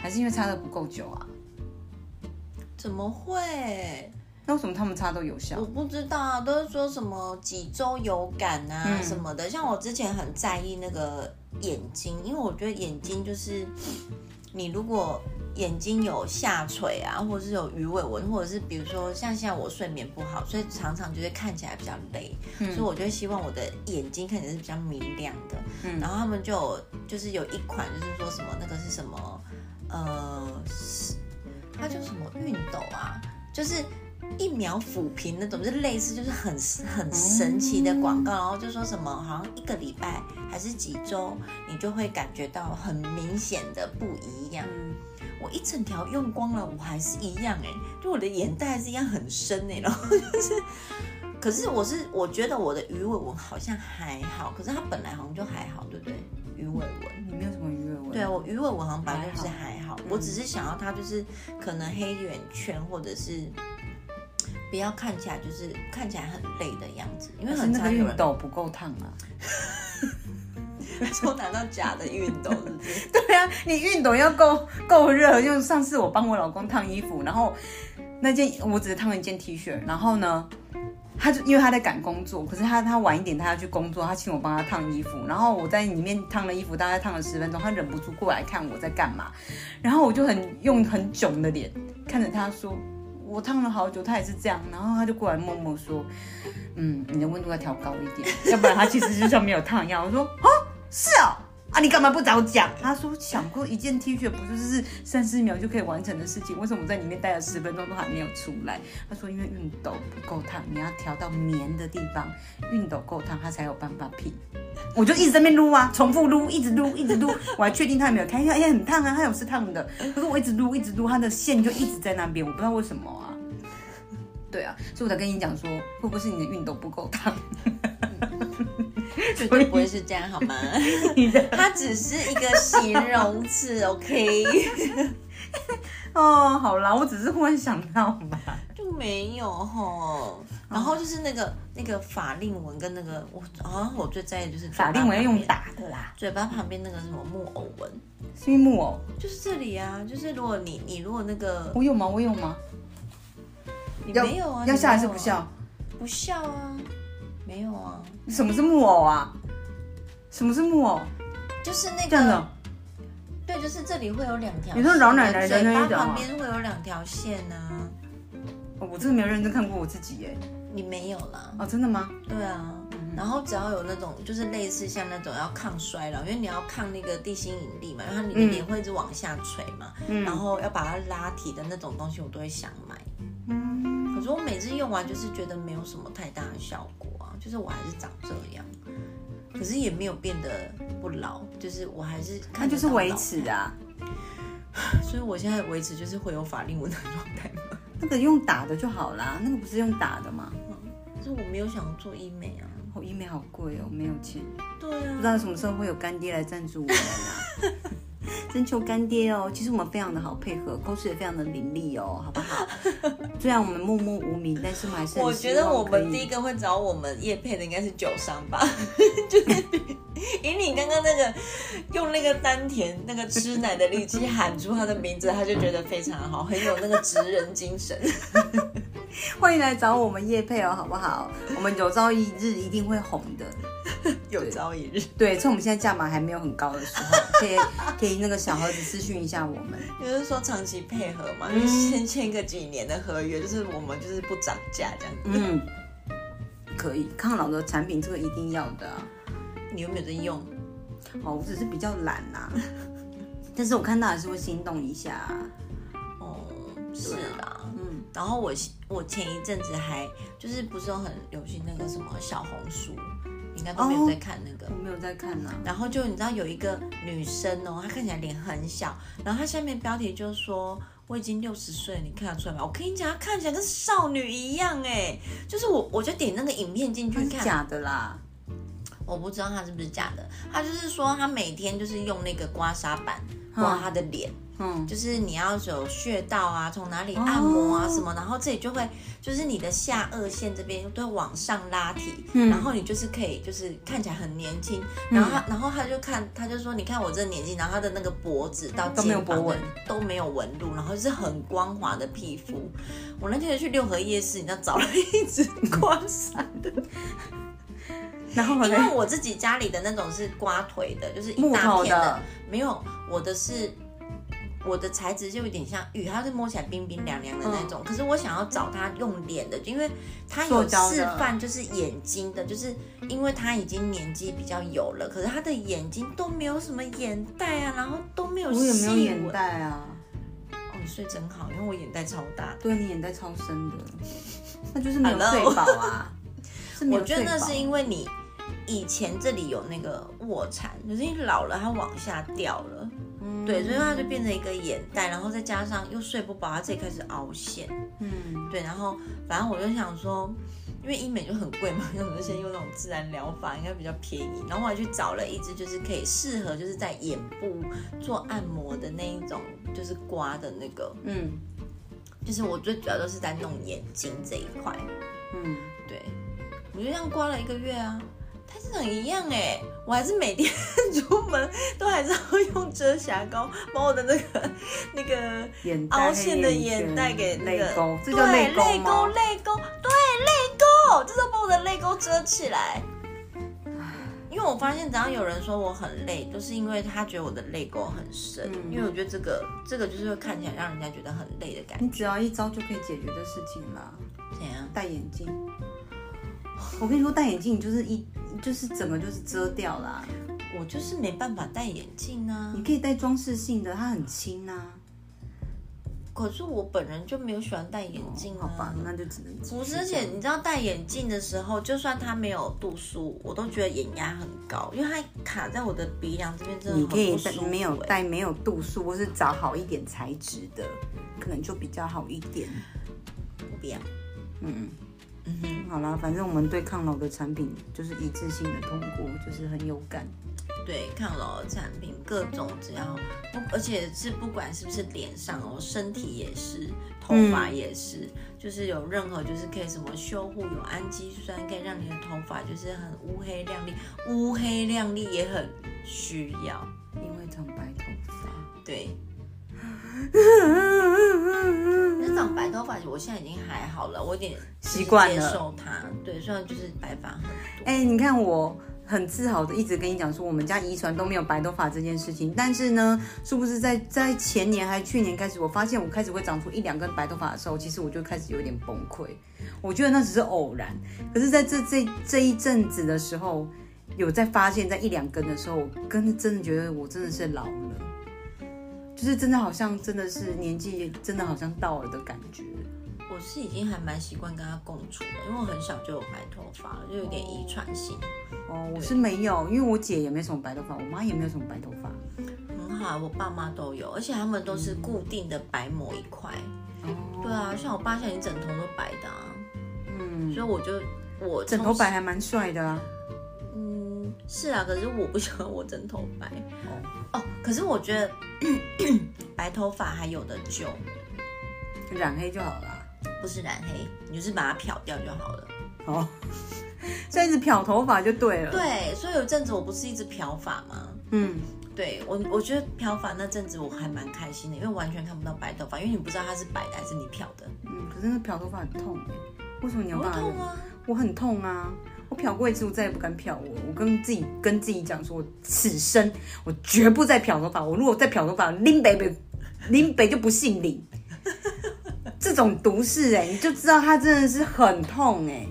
A: 还是因为擦的不够久啊？
B: 怎么会？
A: 那为什么他们擦都有效
B: 我？不知道啊，都是说什么几周有感啊、
A: 嗯
B: 什么的。像我之前很在意那个眼睛，因为我觉得眼睛就是 你如果眼睛有下垂啊，或者是有鱼尾纹，或者是比如说像现在我睡眠不好，所以常常就是看起来比较累，所以我就会希望我的眼睛看起来是比较明亮的。
A: 嗯
B: 然后他们就有就是有一款就是说什么那个是什么呃，是它叫什么熨斗啊，就是一秒抚平那种，就是类似就是很很神奇的广告，然后就说什么好像一个礼拜还是几周，你就会感觉到很明显的不一样。
A: 嗯，
B: 我一整条用光了，我还是一样哎、就我的眼袋还是一样很深哎、然后 就是，可是我是我觉得我的鱼尾纹好像还好，可是它本来好像就还好，对不对？鱼尾纹，
A: 你没有什么鱼尾纹。
B: 对啊，我鱼尾纹好像本来就是
A: 还嗯
B: 还好，我只是想要它就是可能黑眼圈或者是不要看起来就是看起来很累的样子，因为
A: 是
B: 很
A: 那个
B: 常有
A: 熨
B: 人
A: 斗不够烫啊。
B: 说拿到假的熨斗，是 不是？
A: 对啊，你熨斗要够够热。就上次我帮我老公烫衣服，然后那件我只是烫了一件 T 恤，然后呢，他就因为他在赶工作，可是他他晚一点他要去工作，他请我帮他烫衣服，然后我在里面烫了衣服，大概烫了十分钟，他忍不住过来看我在干嘛，然后我就很用很囧的脸看着他说，我烫了好久，他也是这样，然后他就过来默默说，嗯，你的温度要调高一点，要不然他其实就像没有烫一样。我说啊，是哦。啊，你干嘛不早讲？他说想过一件 T 恤不就是三四秒就可以完成的事情，为什么我在里面待了十分钟都还没有出来？他说因为熨斗不够烫，你要调到棉的地方，熨斗够烫，它才有办法拼。我就一直在那边撸啊，重复撸，一直撸，一直撸。我还确定它有没有开，因为哎很烫啊，它有是烫的。可是我一直撸，一直撸，它的线就一直在那边，我不知道为什么啊。对啊，所以我才跟你讲说，会不会是你的熨斗不够烫？
B: 绝对不会是这样好吗？
A: 你的
B: 它只是一个形容词 ，OK，
A: 哦，好啦，我只是忽然想到 嘛。
B: 就没有
A: 哦
B: 吼。然后就是那个那个法令纹跟那个我好像我最在意的就是嘴巴
A: 法令纹要
B: 旁
A: 用
B: 边
A: 打的啦，
B: 嘴巴旁边那个什么木偶纹，
A: 是因为木偶。
B: 就是这里啊，就是如果你你如果那个
A: 我有吗？我有吗？
B: 你
A: 要
B: 没有啊，
A: 要
B: 你
A: 笑还
B: 没
A: 是
B: 有
A: 不
B: 啊
A: 笑？
B: 不笑啊，没有啊，
A: 什么是木偶啊？什么是木偶？
B: 就是那
A: 这样
B: 个
A: 的，
B: 对，就是这里会有两条线啊。
A: 你说老奶奶的
B: 嘴
A: 那
B: 巴
A: 一种啊
B: 旁边会有两条线啊，
A: 哦我真的没有认真看过我自己耶。
B: 你没有啦，
A: 哦，真的吗？
B: 对啊。
A: 嗯
B: 然后只要有那种就是类似像那种要抗衰老，因为你要抗那个地心引力嘛，然后你的
A: 嗯
B: 脸会一直往下垂嘛，
A: 嗯
B: 然后要把它拉提的那种东西，我都会想买。
A: 嗯，
B: 可是我每次用完就是觉得没有什么太大的效果啊，就是我还是长这样，可是也没有变得不老，就是我还是
A: 它
B: 看
A: 就是
B: 得到
A: 维
B: 老
A: 持的、啊，
B: 态，所以我现在维持就是会有法令纹的状态嘛。
A: 那个用打的就好啦，那个不是用打的吗？
B: 可是我没有想要做医美啊，
A: 哦，医美好贵哦，没有钱，
B: 对
A: 不
B: 啊
A: 知，道什么时候会有干爹来赞助我们啊。 征求干爹哦，其实我们非常的好配合，口齿也非常的伶俐哦，好不好？虽然我们默默无名，但是我们还是很
B: 我觉得
A: 希望
B: 我们
A: 可以
B: 第一个会找我们叶配的应该是酒商吧， 就是以你刚刚那个用那个丹田那个吃奶的力气喊出他的名字，他就觉得非常好，很有那个职人精神。
A: 欢迎来找我们叶配哦，好不好？我们有朝一日一定会红的。
B: 有朝一日，
A: 对，趁我们现在价码还没有很高的时 候，可以可以那个小盒子私讯一下我们。
B: 就是说长期配合嘛，
A: 嗯
B: 就是先签个几年的合约，就是我们就是不涨价这样。
A: 嗯，可以抗老的产品这个一定要的啊、
B: 你有没有在用？
A: 哦，我只是比较懒啦、但是我看到还是会心动一下啊、
B: 哦，是啦。
A: 嗯，
B: 然后我我前一阵子还就是不是有很流行那个什么小红书，你应该都
A: 哦
B: 没有在看那个。
A: 我没有在看啊呐、
B: 然后就你知道有一个女生哦，她看起来脸很小，然后她下面标题就说我已经六十岁了，你看得出来吗？我跟你讲，她看起来跟少女一样哎，就是我我就点那个影片进去
A: 是
B: 看，
A: 假的啦。
B: 我不知道她是不是假的，她就是说她每天就是用那个刮痧板刮她的脸。
A: 嗯，
B: 就是你要有穴道啊，从哪里按摩啊
A: 哦
B: 什么，然后这里就会就是你的下颚线这边都会往上拉提，
A: 嗯
B: 然后你就是可以就是看起来很年轻，然后他、然后他就看他就说你看我这年纪，然后他的那个脖子到
A: 都没有
B: 肩膀
A: 脖纹
B: 的都没有纹路，然后就是很光滑的皮肤。我那天就去六合夜市，你知道找了一 只刮痧的，
A: 然后
B: 因
A: 嘞，
B: 为我自己家里的那种是刮腿的，就是一
A: 木
B: 大
A: 头
B: 片
A: 的，
B: 没有，我的是我的材质就有点像玉，它是摸起来冰冰凉凉的那种。可是我想要找它用脸的，因为它
A: 嗯塑
B: 有
A: 胶的
B: 示范就是眼睛的，就是因为它已经年纪比较有了，可是它的眼睛都没有什么眼袋啊，然后都没有
A: 我也没有
B: 细
A: 眼
B: 纹。
A: 袋啊。
B: 哦，你睡真好，因为我眼袋超大的。
A: 对你眼袋超深的， 那就是没有
B: Hello
A: 睡饱啊。 是没有
B: 我觉得那
A: 睡饱
B: 是因为你以前这里有那个卧蚕，可是你老了它往下掉了。
A: 嗯
B: 对，所以它就变成一个眼袋，然后再加上又睡不饱，它自己开始凹陷。
A: 嗯，
B: 对，然后反正我就想说，因为医美就很贵嘛， 那我就先用那种自然疗法，应该比较便宜。然后我还去找了一支，就是可以适合就是在眼部做按摩的那一种，就是刮的那个，
A: 嗯
B: 就是我最主要都是在弄眼睛这一块。
A: 嗯，
B: 对，我就这样刮了一个月啊，但是很一样哎、我还是每天 出门都还是要用遮瑕膏把我的那个那个
A: 眼袋
B: 凹陷的眼袋给那
A: 泪
B: 个
A: 沟，这
B: 对
A: 叫
B: 泪
A: 泪沟
B: 沟
A: 吗？
B: 泪沟对泪沟，就是要把我的泪沟遮起来。因为我发现，只要有人说我很累，就是因为他觉得我的泪沟很深。
A: 嗯
B: 因为我觉得这个这个就是会看起来让人家觉得很累的感觉。啊
A: 你只要一招就可以解决的事情啦。
B: 怎样？
A: 戴眼镜，我跟你说，戴眼镜你就是一就是整个就是遮掉啦。
B: 我就是没办法戴眼镜啊。
A: 你可以戴装饰性的，它很轻啊。
B: 可是我本人就没有喜欢戴眼镜、啊
A: 哦好吧，那就只能
B: 不是，而且你知道戴眼镜的时候，就算它没有度数，我都觉得眼压很高，因为它卡在我的鼻梁这边，真的
A: 你
B: 很
A: 可以
B: 不舒
A: 戴
B: 服、欸。
A: 没有戴没有度数，或是找好一点材质的，可能就比较好一点。
B: 我不要。
A: 嗯，
B: 嗯哼，
A: 好啦，反正我们对抗老的产品就是一致性的通过，就是很有感。
B: 对，抗老的产品各种，只要不，而且是不管是不是脸上哦，身体也是，头发也是，就是有任何就是可以什么修护，有氨基酸可以让你的头发就是很乌黑亮丽，乌黑亮丽也很需要。
A: 因为长白头发，
B: 对，那长白头发，我现在已经还好了，我有点
A: 习惯了
B: 接受它。对，虽然就是白发很多，
A: 哎、你看我很自豪的一直跟你讲说，我们家遗传都没有白头发这件事情。但是呢，殊不知在在前年还去年开始，我发现我开始会长出一两根白头发的时候，其实我就开始有点崩溃。我觉得那只是偶然，可是在这这这一阵子的时候，有在发现，在一两根的时候，我跟真的觉得我真的是老了，就是真的好像真的是年纪真的好像到了的感觉。
B: 我是已经还蛮习惯跟它共处的，因为我很小就有白头发了，就有点遗传性，
A: 哦，我是没有，因为我姐也没什么白头发，我妈也没有什么白头发。
B: 很好。啊我爸妈都有，而且他们都
A: 嗯
B: 是固定的白某一块。
A: 哦
B: 对啊，像我爸现在已经整头都白的啊，
A: 嗯，
B: 所以我就我
A: 枕头
B: 从
A: 白还蛮帅的啊。
B: 嗯，是啊，可是我不喜欢我整头白。哦，可是我觉得 白头发还有的救，
A: 染黑就好啊啦。
B: 不是染黑，你就是把它漂掉就好了。
A: 哦，所以一直漂头发就对了。，
B: 对，所以有一阵子我不是一直漂发吗？
A: 嗯，
B: 对我，我觉得漂发那阵子我还蛮开心的，因为完全看不到白头发，因为你不知道它是白的还是你漂的。
A: 嗯，可是那漂头发很痛哎、为什么你要
B: 不
A: 办法？
B: 痛啊！
A: 我很痛啊！我漂过一次，我再也不敢漂我。我跟自己跟自己讲说，我此生我绝不再漂头发。我如果再漂头发，林北北林北就不姓 林。这种毒誓哎、你就知道它真的是很痛哎、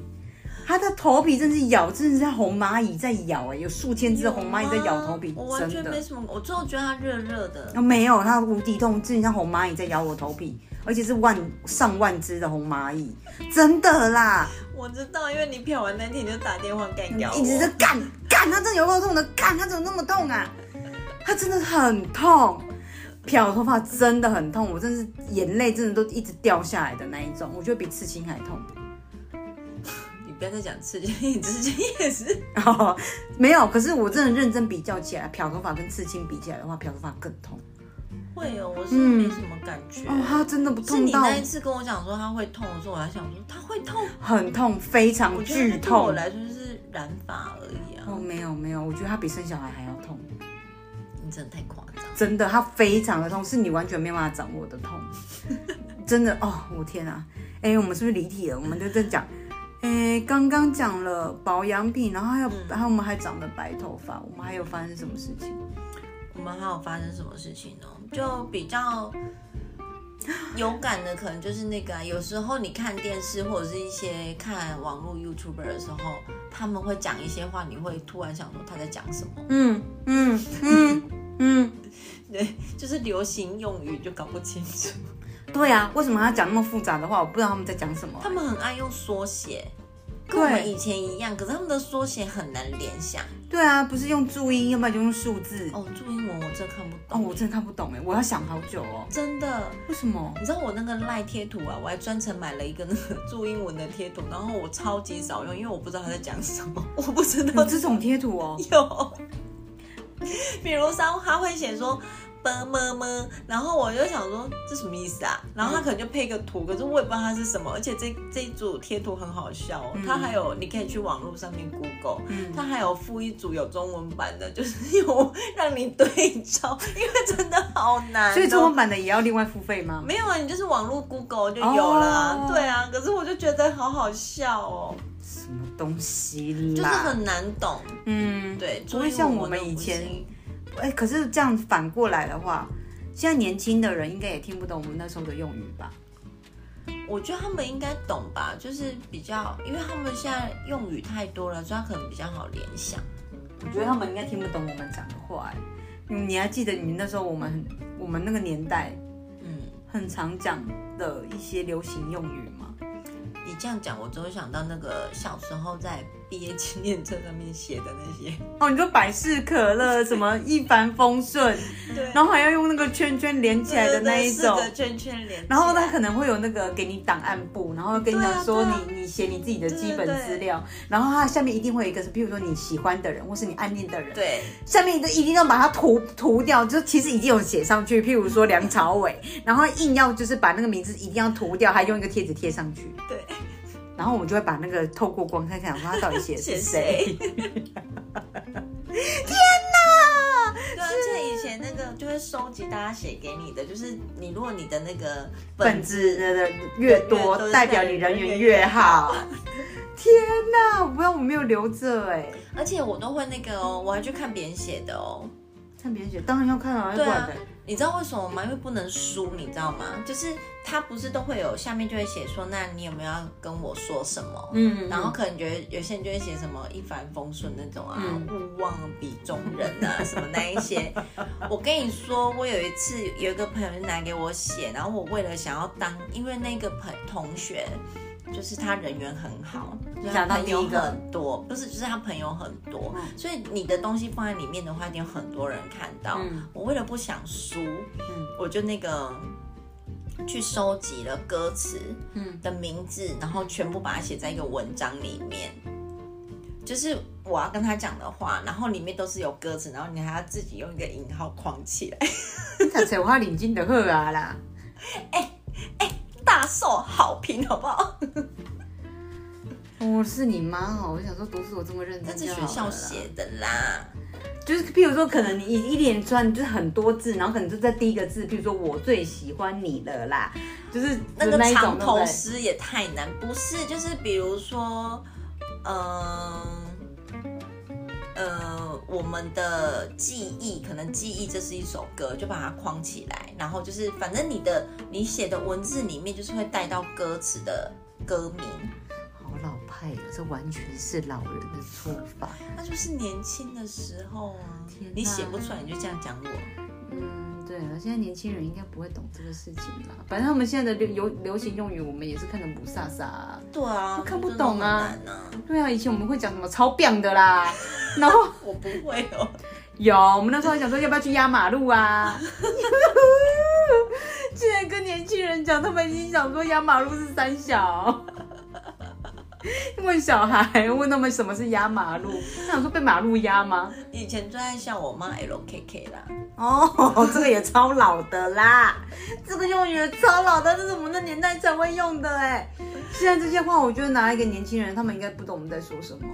A: 它的头皮真是咬，真的是像红蚂蚁在咬哎、有数千只红蚂蚁在咬头皮，
B: 啊我完
A: 真
B: 全
A: 的
B: 没。什么，我最后觉得它热热的
A: 啊，，没有，它无敌痛，真的像红蚂蚁在咬我头皮，而且是万上万只的红蚂蚁，真的啦，
B: 我知道，因为你漂完那天你就打电话干掉
A: 嗯
B: 我，
A: 一直在干干，它真的有够痛的，干它怎么那么痛啊？它真的很痛，漂头发真的很痛，我真是眼泪真的都一直掉下来的那一种，我觉得比刺青还痛。
B: 你不要再讲刺激，你之前也是。
A: 哦，没有，可是我真的认真比较起来，漂头发跟刺青比起来的话，漂头发更痛。
B: 会哦，我是没什么感觉。
A: 嗯哦，它真的不
B: 是
A: 痛
B: 你
A: 到
B: 那一次跟我讲说它会痛的时候，我还想说它会痛，
A: 很痛，非常
B: 我觉得
A: 剧
B: 它对我
A: 痛。
B: 来说就是染发而已啊。
A: 哦，没有没有，我觉得它比生小孩还要痛。
B: 你真的太夸张。
A: 真的，它非常的痛，是你完全没有办法掌握的 痛，真的哦，我天啊！哎、我们是不是离题了？我们就在讲，哎、刚刚讲了保养品，然后还有，然后我们还长了白头发，我们还有发生什么事情？
B: 我们还有发生什么事情呢？就比 较有感的，可能就是那个啊、有时候你看电视或者是一些看网络 YouTuber 的时候，他们会讲一些话，你会突然想说他在讲什么，
A: 嗯嗯嗯嗯，
B: 对，就是流行用语就搞不清楚。
A: 对啊，为什么他讲那么复杂的话？我不知道他们在讲什么
B: 他。们很爱用缩写，跟我
A: 对
B: 们以前一样，可是他们的缩写很难联想。
A: 对啊，不是用注音，要不然就用数字。
B: 哦，注英文我真的看不
A: 哦，
B: 懂，
A: 我真的看不懂哎，我要想好久哦。
B: 真的。
A: 为什 么？
B: 你知道我那个赖贴图啊，我还专程买了一个那个注英文的贴图，然后我超级少用，因为我不知道他在讲什么， 我不知
A: 有
B: 道
A: 这种贴图哦。
B: 有。比如说他会写说啵么么，然后我就想说这什么意思啊？然后他可能就配一个图，可是我也不知道它是什么，而且这这一组贴图很好笑、
A: 嗯
B: 哦，它还有你可以去网络上面 Google，、它还有附一组有中文版的，就是有让你对照，因为真的好难、哦。
A: 所以中文版的也要另外付费吗？
B: 没有啊，你就是网络 Google 就有了啊、
A: 哦
B: 对啊。可是我就觉得好好笑哦，
A: 什么东西
B: 就是
A: 啦？
B: 很难懂，
A: 嗯，
B: 对，
A: 不会像我们以前哎、可是这样反过来的话，现在年轻的人应该也听不懂我们那时候的用语吧？
B: 我觉得他们应该懂吧，就是比较，因为他们现在用语太多了，所以他可能比较好联想。
A: 我觉得他们应该听不懂我们讲的话、哎，嗯你还记得你那时候我们我们那个年代
B: 嗯，
A: 很常讲的一些流行用语吗？
B: 你这样讲，我只会想到那个小时候在毕业纪念册上面写的那些。
A: 哦，你说百事可乐什么一帆风顺，
B: 对
A: 然后还要用那个圈圈连 起来的那一种
B: 对，对对四个圈圈连起来。
A: 然后他可能会有那个给你档案簿，然后跟你讲说
B: 对
A: 你、
B: 啊对啊
A: 你写你自己的基本
B: 对对对
A: 资料，然后它下面一定会有一个是，比如说你喜欢的人或是你暗恋的人，
B: 对
A: 下面一定要把它涂涂掉，就其实已经有写上去，譬如说梁朝伟， 然后硬要就是把那个名字一定要涂掉，还用一个贴纸贴上去，
B: 对，
A: 然后我们就会把那个透过光看看，说他到底写的是
B: 写
A: 谁。
B: 对，啊而且以前那个就会收集大家写给你的，就是你如果你的那个
A: 本子呃的越多
B: 越多，
A: 代表你人缘越好。天哪，不然我没有留着哎、
B: 而且我都会那个哦，我还去看别人写的哦。
A: 看别人写，当然要看啊，要
B: 对
A: 不然
B: 啊
A: 的。，
B: 你知道为什么吗？因为不能输，你知道吗？就是他不是都会有下面就会写说，那你有没有要跟我说什么？
A: 嗯
B: 然后可能觉得有些人就会写什么一帆风顺那种啊，
A: 嗯
B: 勿忘比中人啊，什么那一些。 我跟你说，我有一次有一个朋友就拿给我写，然后我为了想要当，因为那个朋同学就是他人缘很好，就是他
A: 想当
B: 朋
A: 第
B: 友
A: 一个
B: 很多，不是就是他朋友很多，
A: 嗯
B: 所以你的东西放在里面的话，一定有很多人看到。
A: 嗯
B: 我为了不想输，
A: 嗯
B: 我就那个去收集了歌词，
A: 嗯，
B: 的名字，然后全部把它写在一个文章里面。就是我要跟他讲的话，然后里面都是有歌词，然后你还要自己用一个引号框起来。
A: 你读册我认真就好啊 啦。
B: 大受好评，好不好？
A: 我是你妈哦，我想说读书我这么认
B: 这
A: 真
B: 是
A: 就好
B: 学
A: 了
B: 校
A: 啦
B: 写的啦。
A: 就是譬如说，可能你一一连串就是很多字，然后可能就在第一个字，譬如说我最喜欢你了啦，就是
B: 那个
A: 一种
B: 长头
A: 对不对
B: 诗也太难，不是？就是比如说，嗯、呃，我们的记忆，可能记忆这是一首歌，就把它框起来，然后就是反正你的你写的文字里面就是会带到歌词的歌名，
A: 好老派哦，这完全是老人的做法。
B: 那就是年轻的时候啊
A: 天，哪
B: 你写不出来你就这样讲我，
A: 嗯，对啊，现在年轻人应该不会懂这个事情啦。反正他们现在的流流流行用语，我们也是看得不飒飒、啊。
B: 对啊，
A: 看不懂啊
B: 真的很难啊，
A: 对啊，以前我们会讲什么超棒的啦，然后
B: 我不会哦，
A: 有，我们那时候还想说要不要去压马路 啊。竟然跟年轻人讲，他们已经想说压马路是三小。问小孩，问他们什么是压马路，他想说被马路压吗？
B: 以前最爱笑我妈 LKK 啦。
A: 哦，这个也超老的啦，这个用语超老的，这是我们的年代才会用的哎。现在这些话，我觉得拿来给年轻人，他们应该不懂我们在说什么。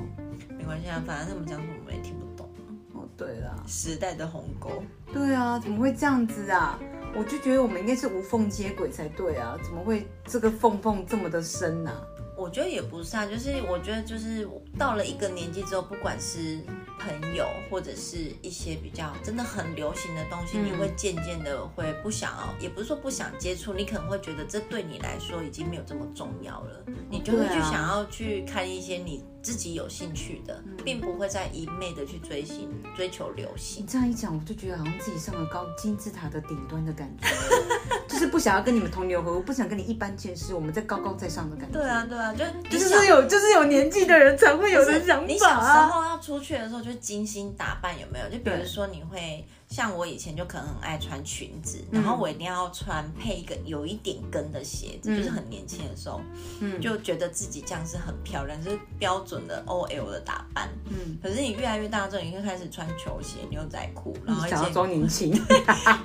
B: 没关系啊，反正他们讲什么我们也听不懂。
A: 哦，对啦，
B: 时代的鸿沟，
A: 对啊，怎么会这样子啊？我就觉得我们应该是无缝接轨才对啊，怎么会这个缝缝这么的深啊？
B: 我觉得也不是啊，就是我觉得就是到了一个年纪之后，不管是朋友或者是一些比较真的很流行的东西，
A: 嗯
B: 你会渐渐的会不想要，也不是说不想接触，你可能会觉得这对你来说已经没有这么重要了，你就会
A: 对
B: 去
A: 啊
B: 想要去看一些你自己有兴趣的，并不会再一昧的去追星追求流行
A: 你。这样一讲，我就觉得好像自己上了高金字塔的顶端的感觉， 就是不想要跟你们同流合污，不想跟你一般见识，我们在高高在上的感觉。
B: 对啊，，对啊，就
A: 就
B: 你小
A: 是有就是有年纪的人才会有的想
B: 你
A: 法
B: 小时
A: 啊。
B: 候要出去的时候，就精心打扮，有没有？就比如
A: 对
B: 说，你会像我以前就可能很爱穿裙子，然后我一定要穿配一个有一点跟的鞋子，
A: 嗯
B: 就是很年轻的时候，
A: 嗯
B: 就觉得自己这样是很漂亮，就是标准的 OL 的打扮。
A: 嗯，
B: 可是你越来越大之后，你就开始穿球鞋、牛仔裤，然后一
A: 想要
B: 些
A: 装年轻，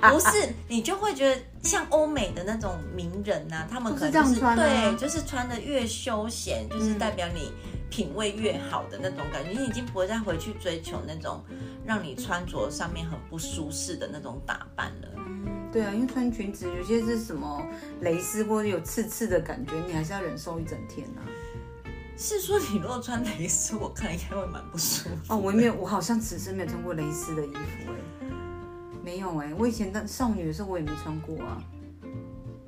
A: 啊
B: 不是，你就会觉得像欧美的那种名人呐、他们可能、就
A: 都嗯是
B: 是
A: 这样穿啊
B: 对，就是穿的越休闲，就是代表你品味越好的那种感觉。你已经不会再回去追求那种让你穿着上面很不舒适的那种打扮了。
A: 对啊，因为穿裙子有些是什么蕾丝或者有刺刺的感觉，你还是要忍受一整天啊。
B: 是说你如果穿蕾丝，我看应该会蛮不舒服。
A: 哦，我没有，我好像此生没有穿过蕾丝的衣服哎、没有哎、我以前当少女的时候我也没穿过啊。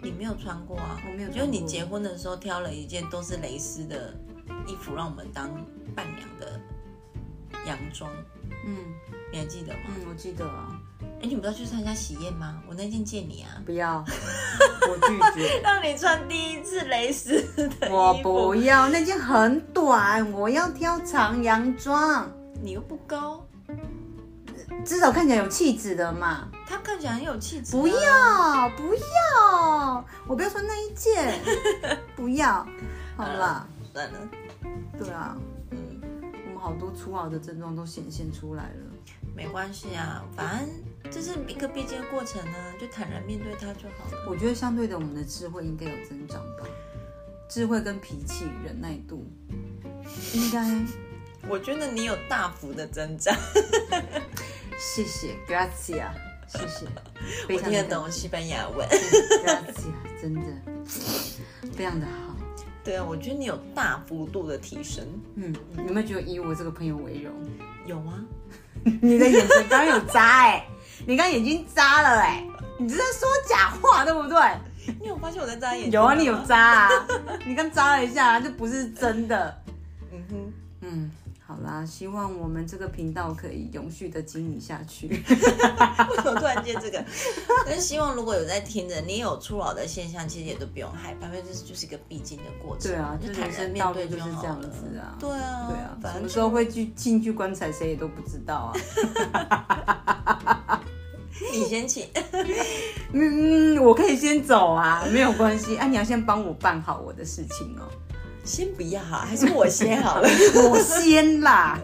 B: 你没有穿过啊？
A: 我没有穿
B: 就是你
A: 过
B: 结婚的时候挑了一件都是蕾丝的衣服，让我们当伴娘的洋装，
A: 嗯
B: 你还记得吗？
A: 嗯，我记得啊，
B: 哎、你不要去参加喜宴吗？我那件借你啊，
A: 不要，我拒绝。
B: 让你穿第一次蕾丝的
A: 我
B: 衣
A: 不
B: 服，
A: 要，那件很短，我要挑长洋装，
B: 你又不高，
A: 至少看起来有气质的嘛。
B: 她看起来很有气质、啊
A: 不，要，不要，我不要穿那一件，不要，好啦，
B: 算了，
A: 对啊，
B: 嗯，
A: 我们好多初老的症状都显现出来了。
B: 没关系啊，反正这是一个必经的过程呢、就坦然面对它就好了。
A: 我觉得相对的，我们的智慧应该有增长吧，智慧跟脾气、忍耐度，应该。
B: 我觉得你有大幅的增长，
A: 谢谢，grazie，谢 谢，非
B: 我
A: 常
B: 听
A: 地感
B: 得懂西班牙 文。
A: grazie，真的非常的好。
B: 对啊，我觉得你有大幅度的提升。
A: 嗯，你有没有觉得以我这个朋友为荣？
B: 有啊，
A: 你的眼神刚刚有扎哎、 你刚刚眼睛扎了哎、你这是说假话对不对？
B: 你有发现我在眨眼睛？
A: 有啊，你有。扎啊，你刚扎了一下、这不是真的。
B: 嗯哼，
A: 嗯，好啦，希望我们这个频道可以永续的经营下 去。
B: 为什么突然间这 个？但希望如果有在听的，你有初老的现象，其实也都不用害怕，因为这就是一个必经的过程。
A: 对啊
B: 就
A: 就
B: 坦
A: 人
B: 然
A: 生
B: 面
A: 道
B: 对
A: 路就是
B: 好
A: 这样
B: 了
A: 子啊
B: 对啊，
A: 对啊，
B: 反
A: 什
B: 正
A: 么时候 会去进去棺材，谁也都不知道啊。
B: 你先请。
A: 嗯嗯，我可以先走啊，没有关系。啊，你要先帮我办好我的事情哦。
B: 先不要啊好，还是我先好了。
A: 我先啦，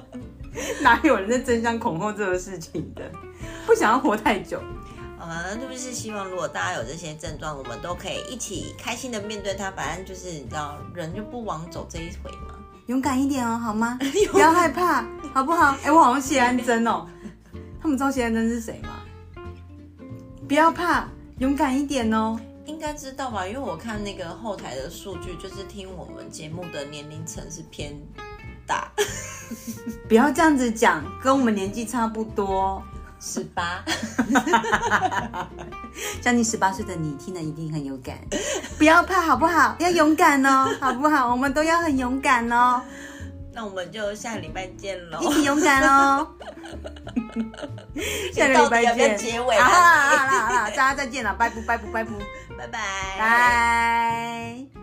A: 哪有人在争相恐后这个事情的？不想要活太久。
B: 好吧，那就是希望如果大家有这些症状，我们都可以一起开心的面对它。反正就是你知道，人就不枉走这一回嘛。
A: 勇敢一点哦，好 吗？不要害怕，好不好？哎、我好像谢安珍哦。他们知道谢安珍是谁吗？不要怕，勇敢一点哦。
B: 应该知道吧？因为我看那个后台的数据，就是听我们节目的年龄层是偏大，
A: 不要这样子讲，跟我们年纪差不多。
B: 十八。
A: 像你十八岁的你，听了一定很有 感。不要怕，好不好？要勇敢哦，好不好？我们都要很勇敢哦，
B: 那我们就下礼拜见喽。
A: 一起勇敢 哦。下个礼拜
B: 你到底要不要
A: 见。
B: 结尾
A: 啊好
B: 啊？
A: 啦好啦好啦，大家再见了，拜不拜不拜不，
B: 拜拜。
A: 拜。